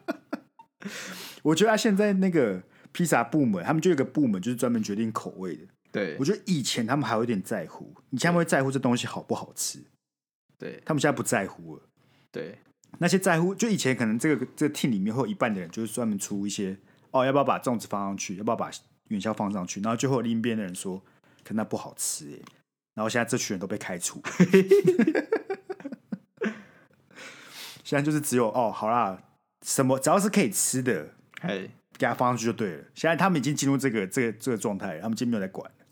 Speaker 2: 我觉得他现在那个披萨部门，他们就有一个部门就是专门决定口味的。
Speaker 1: 对
Speaker 2: 我觉得以前他们还有点在乎，以前他们会在乎这东西好不好吃，
Speaker 1: 对
Speaker 2: 他们现在不在乎了。
Speaker 1: 对
Speaker 2: 那些在乎，就以前可能这个这个 team 里面会有一半的人就是专门出一些哦，要不要把粽子放上去，要不要把元宵放上去，然后最后另一边的人说，可那不好吃耶。然后现在这群人都被开除， 现在就是只有哦，好啦，什么只要是可以吃的，
Speaker 1: 哎，
Speaker 2: 给它放上去就对了。现在他们已经进入这个这个这个状态了，他们已经没有在管了，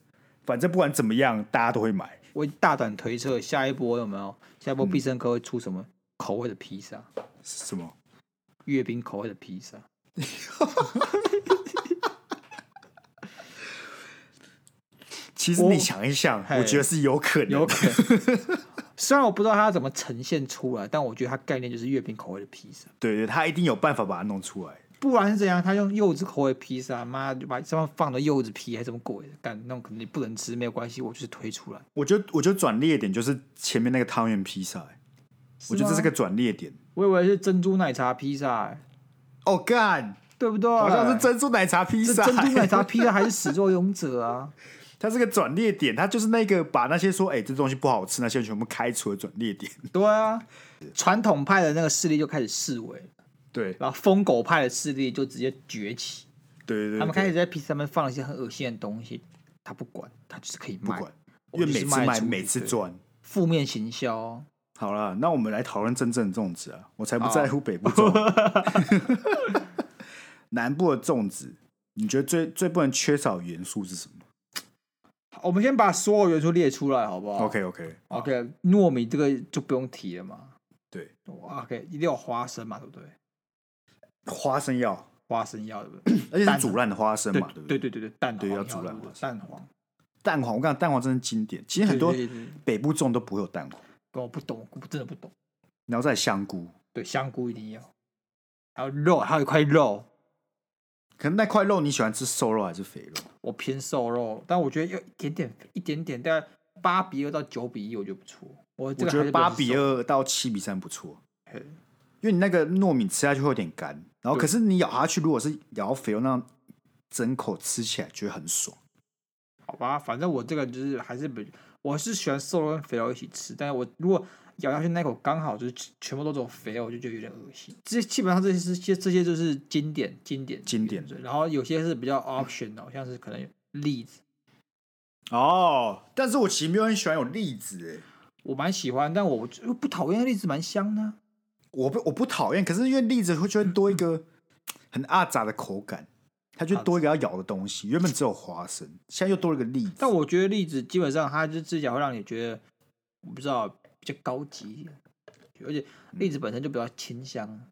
Speaker 2: 反正不管怎么样，大家都会买。
Speaker 1: 我大胆推测下一波有没有？下一
Speaker 2: 嗯
Speaker 1: 波必胜客会出什么口味的披萨？
Speaker 2: 什么？
Speaker 1: 月饼口味的披萨？
Speaker 2: 其实
Speaker 1: 我
Speaker 2: 你想一想，
Speaker 1: 嘿
Speaker 2: 我觉得是有可能的，
Speaker 1: 有可能。虽然我不知道它要怎么呈现出来，但我觉得它概念就是月饼口味的披萨，
Speaker 2: 对对，他一定有办法把它弄出来。
Speaker 1: 不然是怎样？他用柚子口味披萨，妈就把上面放的柚子皮还是什么鬼的，干那种可能你不能吃没有关系，我就是推出来。
Speaker 2: 我觉得，我觉得转裂点就是前面那个汤圆披萨、欸我觉得这
Speaker 1: 吗
Speaker 2: 是个转裂点。
Speaker 1: 我以为是珍珠奶茶披萨、欸，
Speaker 2: 哦，干，
Speaker 1: 对不对？
Speaker 2: 好像是珍珠奶茶披
Speaker 1: 这
Speaker 2: 萨、欸
Speaker 1: 珍珠奶茶披萨还是始作俑者啊！
Speaker 2: 它是个转捩点，它就是那个把那些说哎、这东西不好吃那些人全部开除的转捩点。
Speaker 1: 对啊，传统派的那个势力就开始示威，
Speaker 2: 对
Speaker 1: 然后疯狗派的势力就直接崛起，
Speaker 2: 对对对，
Speaker 1: 他们
Speaker 2: 对
Speaker 1: 开始在披萨上面放了一些很恶心的东西，他不管，他就是可以
Speaker 2: 不
Speaker 1: 卖，
Speaker 2: 管，
Speaker 1: 我
Speaker 2: 因为
Speaker 1: 就是
Speaker 2: 每次
Speaker 1: 卖
Speaker 2: 卖
Speaker 1: 出去
Speaker 2: 每次
Speaker 1: 对
Speaker 2: 赚。
Speaker 1: 负面行销哦、
Speaker 2: 好了，那我们来讨论真正的粽子啊！我才不
Speaker 1: 好
Speaker 2: 在乎北部粽， 南部的粽子，你觉得最最不能缺少的元素是什么
Speaker 1: 我们先把所有元素列出来，好不好
Speaker 2: ？OK OK，
Speaker 1: OK，糯米这个就不用提了嘛。
Speaker 2: 对，
Speaker 1: OK，一定有花生嘛，对不对？
Speaker 2: 花生要，
Speaker 1: 花生 要对不对？
Speaker 2: 而且
Speaker 1: 蛋
Speaker 2: 是煮烂的花生嘛，啊
Speaker 1: 对
Speaker 2: 对不
Speaker 1: 对对对对，蛋黄
Speaker 2: 对要
Speaker 1: 要
Speaker 2: 煮烂
Speaker 1: 对不对
Speaker 2: 花
Speaker 1: 蛋黄，
Speaker 2: 蛋黄，我跟你讲，蛋黄真的经典。其实很多
Speaker 1: 对对对对
Speaker 2: 北部粽都不会有蛋黄，
Speaker 1: 我不懂，我真的不懂。
Speaker 2: 然后再香菇，
Speaker 1: 对，香菇一定要，还有肉，还有一块肉，
Speaker 2: 可能那块肉你喜欢吃瘦肉还是肥肉？
Speaker 1: 我偏瘦肉，但我觉得要一点点，一点点，大概八比二到九比一，我觉得不错。我这
Speaker 2: 我
Speaker 1: 个还是
Speaker 2: 觉得
Speaker 1: 比较
Speaker 2: 八比
Speaker 1: 瘦，
Speaker 2: 二到七比三不错，
Speaker 1: 嘿
Speaker 2: 因为你那个糯米吃下去会有点干，然后可是你咬下去，如果是咬到肥肉那样，整口吃起来觉得很爽。
Speaker 1: 好吧，反正我这个就是还是比我是喜欢瘦肉跟肥肉一起吃，但是我如果咬下去那口刚好就是全部都走肥肉，我就觉得有点恶心。这基本上这些是这这些就是经典经典
Speaker 2: 经典的
Speaker 1: 对然后有些是比较 optional，像是可能有栗子，
Speaker 2: 哦，但是我其实没有很喜欢有栗子，哎，
Speaker 1: 我蛮喜欢，但我就不讨厌栗子，蛮香的啊。
Speaker 2: 我不我不讨厌，可是因为栗子会就会多一 个很阿杂的口感，它就多一个要咬的东西。原本只有花生，现在又多了个栗子。
Speaker 1: 但我觉得栗子基本上它就吃起来会让你觉得，我不知道比较高级一点，而且栗子本身就比较清香，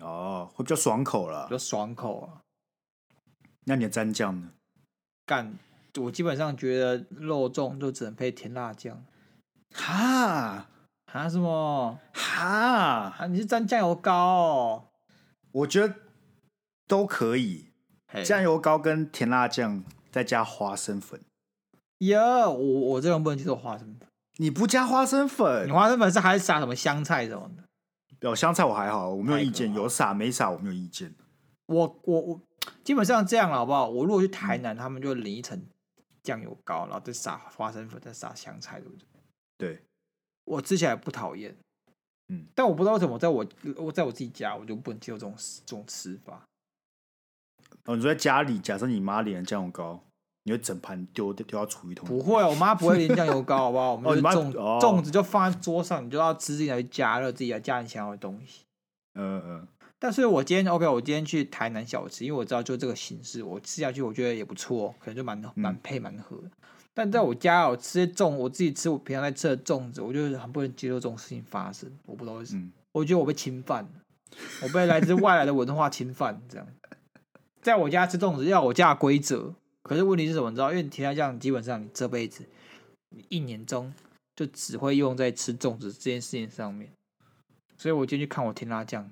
Speaker 2: 哦，会比较爽口
Speaker 1: 比
Speaker 2: 了
Speaker 1: 较。爽口啊。
Speaker 2: 那你的蘸酱呢？
Speaker 1: 干，我基本上觉得肉粽就只能配甜辣酱
Speaker 2: 哈
Speaker 1: 啊什么
Speaker 2: 哈，
Speaker 1: 啊？你是蘸酱油膏、哦？
Speaker 2: 我觉得都可以，
Speaker 1: 嘿
Speaker 2: 酱油膏跟甜辣酱再加花生粉。
Speaker 1: 耶我我这种不能接受花生粉，
Speaker 2: 你不加花生粉
Speaker 1: 你，花生粉是还是撒什么香菜什么的？
Speaker 2: 有香菜我还好，我没有意见，
Speaker 1: 太可怕
Speaker 2: 有撒没撒我没有意见。
Speaker 1: 我我我基本上这样了，好不好？我如果去台南，他们就淋一层酱油膏，然后再撒花生粉，再撒香菜，对不对？
Speaker 2: 对，
Speaker 1: 我吃起来不讨厌，
Speaker 2: 嗯，
Speaker 1: 但我不知道为什么在我我在我自己家，我就不能接受这种这种吃法。
Speaker 2: 哦，你说在家里，假设你妈淋了酱油膏，你会整盘丢丢到厨余桶
Speaker 1: 不
Speaker 2: 里？
Speaker 1: 会，我妈不会淋酱油膏，好不 好？我们
Speaker 2: 嗯哦
Speaker 1: 就
Speaker 2: 你妈
Speaker 1: 粽、
Speaker 2: 哦
Speaker 1: 粽子就放在桌上，你就要吃自己来加热自己来加你想要的东西。
Speaker 2: 嗯嗯，
Speaker 1: 但是我今天 OK，我今天去台南小吃，因为我知道就这个形式，我吃下去我觉得也不错，可能就蛮
Speaker 2: 嗯
Speaker 1: 蛮配蛮合的。但在我家我吃粽，我自己吃我平常在吃的粽子，我就是很不能接受这种事情发生。我不知道为什么，
Speaker 2: 嗯
Speaker 1: 我觉得我被侵犯了，我被来自外来的文化侵犯。这样，在我家吃粽子要有我家的规则，可是问题是什么？你知道，因为你甜辣酱基本上你这辈子你一年中就只会用在吃粽子这件事情上面。所以我今天去看我甜辣酱，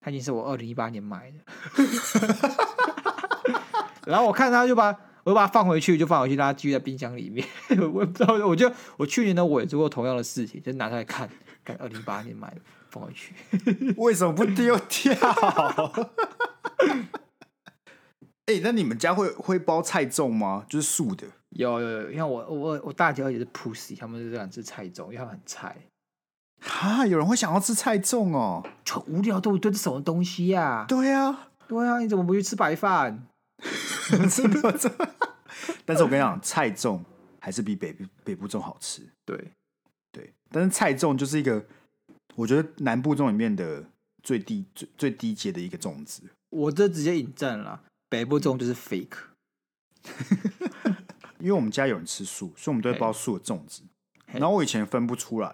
Speaker 1: 它已经是我二零一八年买的。 然后我看它就把我就把它放回去，就放回去，让它继续在冰箱里面。 我也不知道，我就我去年呢，我也做过同样的事情，就拿出来看，看二零一八年买的，放回去。
Speaker 2: 嗯为什么不丢掉？ 哎、那你们家会会包菜粽吗？就是素的
Speaker 1: 有有有，像我我我大姐二姐是 pussy，他们就想吃菜粽，因为他们很菜，
Speaker 2: 哈，有人会想要吃菜粽哦？
Speaker 1: 就很无聊，对不对？这什么东西呀、
Speaker 2: 对啊，
Speaker 1: 对啊，你怎么不去吃白饭？
Speaker 2: 真的真的。 但是我跟你讲，菜粽还是比北部北部粽好吃。
Speaker 1: 对，
Speaker 2: 对，但是菜粽就是一个，我觉得南部粽里面的最低最最低阶的一个粽子。
Speaker 1: 我这直接引战了，北部粽就是 fake。
Speaker 2: 因为我们家有人吃素，所以我们都会
Speaker 1: 嘿
Speaker 2: 包素的粽子。
Speaker 1: 嘿
Speaker 2: 然后我以前分不出来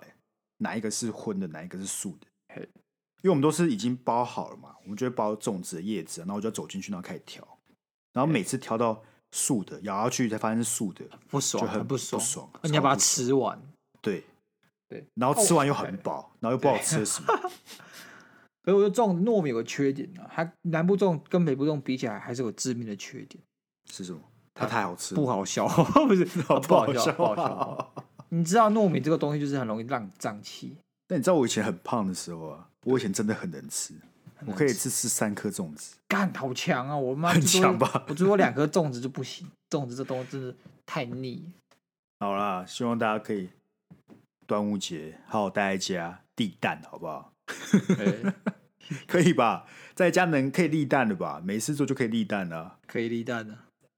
Speaker 2: 哪一个是荤的，哪一个是素的
Speaker 1: 嘿，
Speaker 2: 因为我们都是已经包好了嘛，我们就会包粽子的叶子，然后我就走进去，然后开始挑，然后每次挑到素的，咬下去才发现是素的，
Speaker 1: 不爽，
Speaker 2: 就很
Speaker 1: 不爽，
Speaker 2: 不爽
Speaker 1: 你要把它
Speaker 2: 超不
Speaker 1: 吃完。
Speaker 2: 对
Speaker 1: 对。
Speaker 2: 然后吃完又
Speaker 1: 哦
Speaker 2: 很
Speaker 1: 嘿
Speaker 2: 饱，然后又不好吃什 么，
Speaker 1: 所以我觉得这种糯米有个缺点啊，它南部粽跟北部粽比起来，还是有致命的缺点，
Speaker 2: 是什么？它太好吃了，
Speaker 1: 不好笑， 不是它哦不好笑，不好 笑。
Speaker 2: 笑。
Speaker 1: 你知道糯米这个东西就是很容易让你胀气，
Speaker 2: 但你知道我以前很胖的时候啊，我以前真的很能吃，我可以一次吃三颗粽子。
Speaker 1: 干好强啊！我妈
Speaker 2: 很
Speaker 1: 最多
Speaker 2: 强吧
Speaker 1: 我最多两颗粽子就不行，粽子这东西真的太腻。
Speaker 2: 好啦，希望大家可以端午节好好待在家立蛋，好不好？
Speaker 1: 哎
Speaker 2: 可以吧？在家能可以立蛋的吧？没事做就可以立蛋了、
Speaker 1: 可以立蛋的、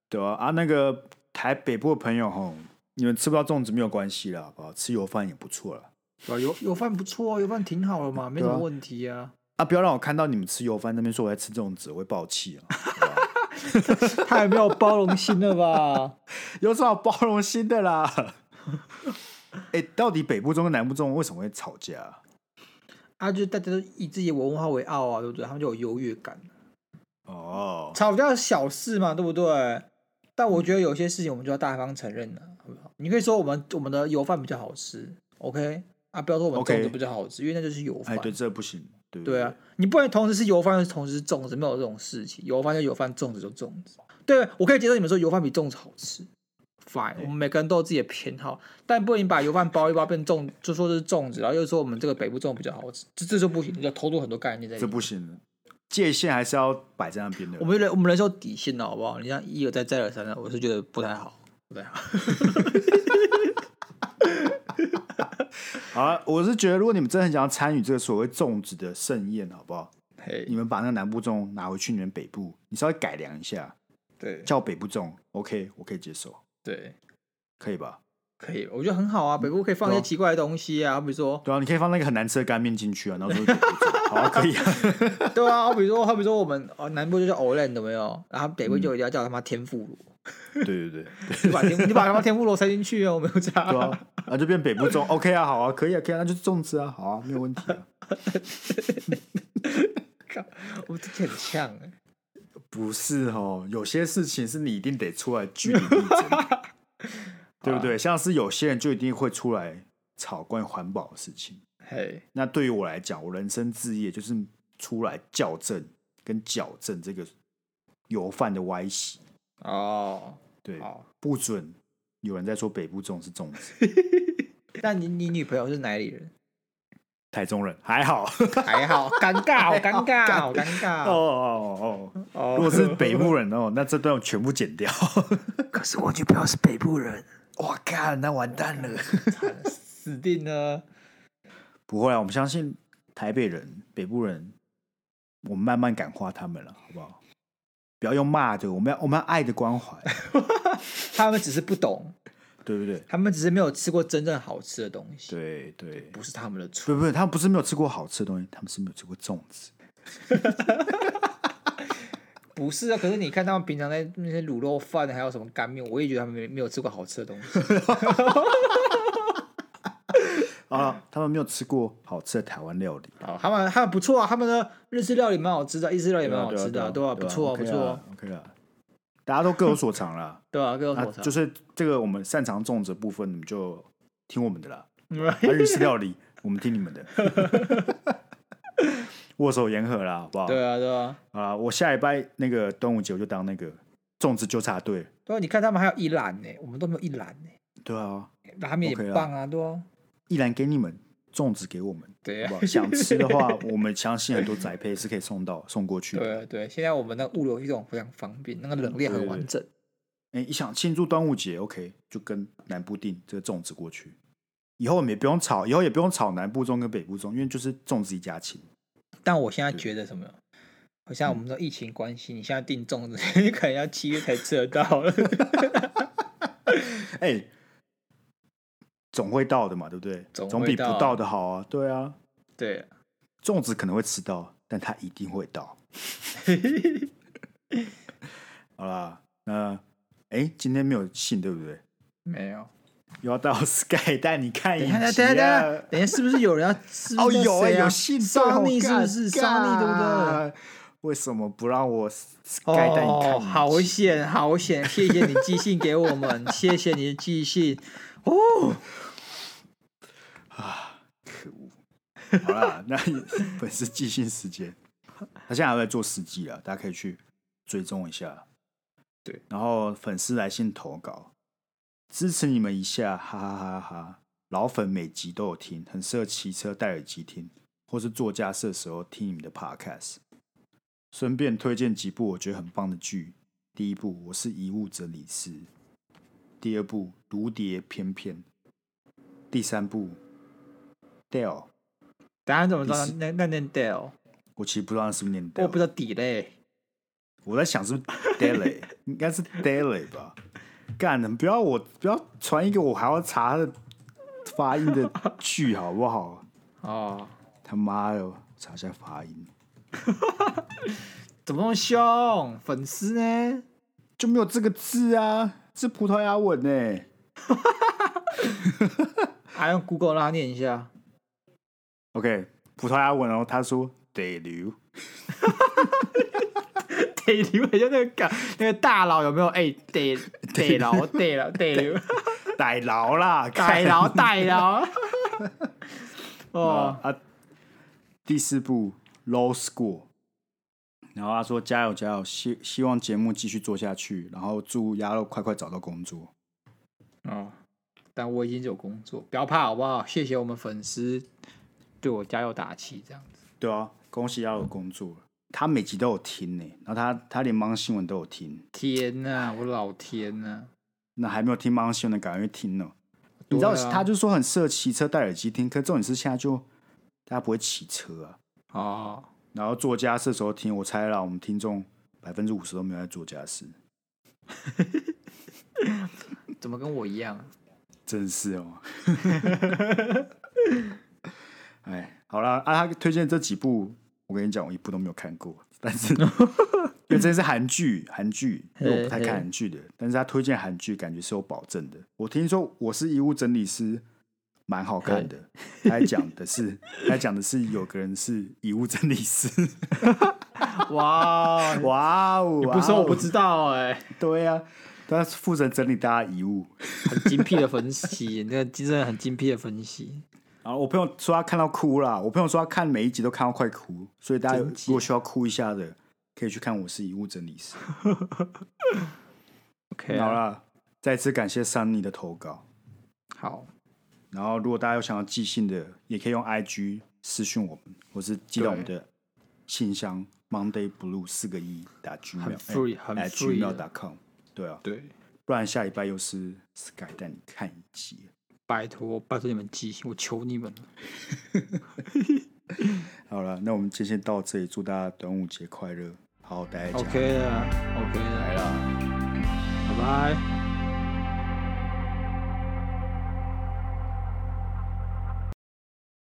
Speaker 2: 对啊，啊，那个台北部的朋友吼，你们吃不到粽子没有关系啦，好不好？吃油饭也不错啦。
Speaker 1: 对吧、油油饭不错啊，油饭挺好的嘛，没什么问题啊。
Speaker 2: 啊，不要让我看到你们吃油饭那边说我在吃粽子，我会爆气啊！
Speaker 1: 太没有包容心了吧？
Speaker 2: 有什么好包容心的啦？ 哎、到底北部粽跟南部粽为什么会吵架啊？
Speaker 1: 啊，就是大家都以自己的文化为傲啊，对不对？他们就有优越感。
Speaker 2: 哦，
Speaker 1: 吵架是小事嘛，对不对？但我觉得有些事情我们就要大方承认了，好不好？你可以说我们我们的油饭比较好吃，OK？啊，不要说我们
Speaker 2: OK
Speaker 1: 粽子比较好吃因为那就是油
Speaker 2: 哎，
Speaker 1: 饭。
Speaker 2: 对，这不行，对不
Speaker 1: 对啊，你不能同时是油饭，又同时是粽子，没有这种事情。油饭就油饭，粽子就粽子。对，啊我可以接受你们说油饭比粽子好吃，fine。我们每个人都有自己的偏好，但不能把油饭包一包变粽，就说是粽子，然后又说我们这个北部粽比较好吃，这这就不行，你要投入很多概念在里
Speaker 2: 这
Speaker 1: 面。
Speaker 2: 不行，界限还是要摆在那边的
Speaker 1: 哎我。们人我们人是有底线的，好不好？你像一而再再而三的，我是觉得不太好，不太 好。
Speaker 2: 好了，我是觉得如果你们真的很想要参与这个所谓粽子的盛宴，好不好？
Speaker 1: 嘿
Speaker 2: 你，们把那个南部粽拿回去你们北部，你稍微改良一下，
Speaker 1: 对
Speaker 2: 叫北部粽，OK，我可以接受，
Speaker 1: 对，
Speaker 2: 可以吧？
Speaker 1: 可以，我觉得很好啊。北部可以放一些奇怪的东西啊，比如说，
Speaker 2: 对啊，你可以放那个很难吃的干面进去啊，然后说北部粽，好、啊，可以啊。
Speaker 1: 对啊，比如说，好比说我们哦，南部就叫 Olen 有没有？然后北部就一定要叫他妈天妇罗，
Speaker 2: 对对对，
Speaker 1: 你把天你把他妈天妇罗塞进去啊，我没有
Speaker 2: 对
Speaker 1: 差。
Speaker 2: 啊，那就变北部粽，OK 啊，好啊，可以啊，可以啊，那就是粽子啊，好啊，没有问题啊。
Speaker 1: 靠 我自己很呛哎，
Speaker 2: 不是哦，有些事情是你一定得出来据理力争， 对不对？像是有些人就一定会出来吵关于环保的事情。
Speaker 1: 嘿，
Speaker 2: 那对于我来讲，我人生志业就是出来校正跟矫正这个油饭的歪习。
Speaker 1: 哦，
Speaker 2: 对，
Speaker 1: 好。
Speaker 2: 不准有人在说北部粽是粽子，
Speaker 1: 那你你女朋友是哪里人？
Speaker 2: 台中人还好。
Speaker 1: 还好，尴尬，好尴尬，好尴
Speaker 2: 哦
Speaker 1: 尬。
Speaker 2: 哦哦
Speaker 1: 哦
Speaker 2: 哦，如果是北部人哦，那这段我全部剪掉。
Speaker 1: 可是我女朋友是北部人，
Speaker 2: 我靠，那完蛋了。
Speaker 1: 死定了。
Speaker 2: 不会啊，我们相信台北人、北部人，我们慢慢感化他们了，好不好？不要用骂的，我们要我们要爱的关怀，
Speaker 1: 他们只是不懂，
Speaker 2: 对 不对？
Speaker 1: 他们只是没有吃过真正好吃的东西，
Speaker 2: 对对，
Speaker 1: 不是他们的错。
Speaker 2: 不不，他们不是没有吃过好吃的东西，他们是没有吃过粽子。
Speaker 1: 不是啊，可是你看他们平常在那些卤肉饭，还有什么干面，我也觉得他们没没有吃过好吃的东西。
Speaker 2: 啊，他们没有吃过好吃的台湾料理，
Speaker 1: 好，他们他们不错啊，他们的日式料理蛮好吃的，意式料理蛮好吃的啊，对吧？不错啊，不
Speaker 2: ，OK 啊
Speaker 1: 错啊，
Speaker 2: ，OK 啊，大家都各有所长啦。
Speaker 1: 对 吧？各有
Speaker 2: 啊
Speaker 1: 所长，
Speaker 2: 就是这个我们擅长粽子的部分，你们就听我们的 啦。 啊
Speaker 1: 对
Speaker 2: 日式料理，我们听你们的， 握手言和啦，好不好？
Speaker 1: 啊，对啊，
Speaker 2: 啊，我下礼拜那个端午节我就当那个粽子纠察队。
Speaker 1: 对啊，你看他们还有一篮呢，我们都没有一篮呢，
Speaker 2: 对啊，
Speaker 1: 拉面
Speaker 2: OK
Speaker 1: 也
Speaker 2: 啊
Speaker 1: 棒啊，对啊，
Speaker 2: 一篮给你们，粽子给我们，
Speaker 1: 对
Speaker 2: 好不
Speaker 1: 啊
Speaker 2: 好？，想吃的话，我们相信很多宅配是可以送到送过去的。
Speaker 1: 对啊对啊，现在我们的物流系统非常方便，那个冷链很完整，
Speaker 2: 哎、一想庆祝端午节，OK，就跟南部订这个粽子过去。以后我们也不用吵，以后也不用吵南部粽跟北部粽，因为就是粽子一家亲。
Speaker 1: 但我现在觉得什么？好像我
Speaker 2: 嗯
Speaker 1: 们的疫情关系，你现在订粽子， 你可能要七月才吃得到了。
Speaker 2: 哎、总会到的嘛，对不对？
Speaker 1: 总会
Speaker 2: 总比不
Speaker 1: 到
Speaker 2: 到的好啊。对啊，
Speaker 1: 对，
Speaker 2: 粽子可能会吃到，但它一定会 到。好啦，那哎，诶今天没有信对不对？
Speaker 1: 没有。
Speaker 2: 又要到 Sky 带你看
Speaker 1: 等
Speaker 2: 一
Speaker 1: 一下，等一
Speaker 2: 集
Speaker 1: 下，等一下
Speaker 2: 啊！
Speaker 1: 等一下，是不是有人要？是不
Speaker 2: 哦，
Speaker 1: 是那
Speaker 2: 有哎、
Speaker 1: 谁啊
Speaker 2: 有信
Speaker 1: 桑尼是不是桑尼对不对？
Speaker 2: 对？为什么不让我 Sky 带你看
Speaker 1: 哦，
Speaker 2: 一集？
Speaker 1: 好险，好险！谢谢你寄信给我们， 谢谢你的寄信。哦，
Speaker 2: 好啦，那粉丝寄信时间，他现在还在做司机啊，大家可以去追踪一下。
Speaker 1: 对，
Speaker 2: 然后粉丝来信投稿，支持你们一下，哈哈哈哈！老粉每集都有听，很适合骑车戴耳机听，或是做家事的时候听你们的 podcast。顺便推荐几部我觉得很棒的剧。第一部我是遗物整理师，第二部《如蝶翩翩》，第三部《Dell》，
Speaker 1: 等下你怎么知道
Speaker 2: 你是
Speaker 1: 那那念 Dell？
Speaker 2: 我其实不知道那是不是念 Dell，
Speaker 1: 我不知道底嘞。
Speaker 2: 我在想是不是 Delay，应该是 Delay 吧？干的，不要我不要传一个我还要查他的发音的句好不好？
Speaker 1: 哦，
Speaker 2: 他妈的，查一下发音
Speaker 1: 怎么那么凶？粉丝呢？
Speaker 2: 就没有这个字啊，是葡萄牙文呢、
Speaker 1: 还用 Google 让他念一 下？
Speaker 2: OK，葡萄牙文哦，他说 d e l u
Speaker 1: 得流，就那个感那个大佬有没有？哎，得得佬，得佬，得 流，
Speaker 2: 逮牢啦，
Speaker 1: 代
Speaker 2: 干
Speaker 1: 劳，代 劳。哦，
Speaker 2: 啊，第四部 Low School，然后他说加油加油，希希望节目继续做下去，然后祝鸭肉快快找到工作。
Speaker 1: 哦，但我已经有工作，不要怕好不好？谢谢我们粉丝对我加油打气，这样子。
Speaker 2: 对啊，恭喜鸭肉有工作了。他每集都有听呢、然后他他连芒新闻都有听，
Speaker 1: 天呐，我老天呐！
Speaker 2: 那还没有听芒新闻的赶快去听呢。你知道
Speaker 1: 对啊
Speaker 2: 他就说很适合骑车戴耳机听，可重点是现在就大家不会骑车啊，
Speaker 1: 哦，
Speaker 2: 然后做家事的时候听，我猜啦，我们听众百分之五十都没有在做家事，
Speaker 1: 怎么跟我一样？
Speaker 2: 真是哦。 哎，好啦，啊，他推荐这几部，我跟你讲，我一部都没有看过，但 是因为这是韩剧，韩剧，因为我不太看韩剧的，但是他推荐韩剧，感觉是有保证的。我听说我是遗物整理师，蛮好看的。他还讲 的是，他还讲的是有个人是遗物整理师，
Speaker 1: 哇哦，
Speaker 2: 哇哦，
Speaker 1: 你不说我不
Speaker 2: 哇哦
Speaker 1: 知道哎、
Speaker 2: 对呀、啊，他是负责整理大家遗物。
Speaker 1: 很精辟的分析， 那个真的很精辟的分析。
Speaker 2: 然后我朋友说他看到哭啦，我朋友说他看每一集都看到快哭，所以大家
Speaker 1: 真
Speaker 2: 如
Speaker 1: 假
Speaker 2: 果需要哭一下的，可以去看《我是遗物整理师》
Speaker 1: OK，
Speaker 2: 好
Speaker 1: 啊
Speaker 2: 啦，再次感谢 Sunny 的投稿。
Speaker 1: 好，
Speaker 2: 然后如果大家有想要寄信的，也可以用 IG 私讯我们，或是寄到我们的信箱 Monday Blue 四个一打 gmail，
Speaker 1: 很 free，很 free 的
Speaker 2: gmail.com。对啊，
Speaker 1: 对，
Speaker 2: 不然下礼拜又是 Sky 带你看一集。
Speaker 1: 拜托，拜托你们记，我求你们了。
Speaker 2: 好了，那我们今天先到这里，祝大家端午节快乐，好好待在家。
Speaker 1: OK 的，OK
Speaker 2: 来
Speaker 1: 的，
Speaker 2: 啦。
Speaker 1: 拜拜。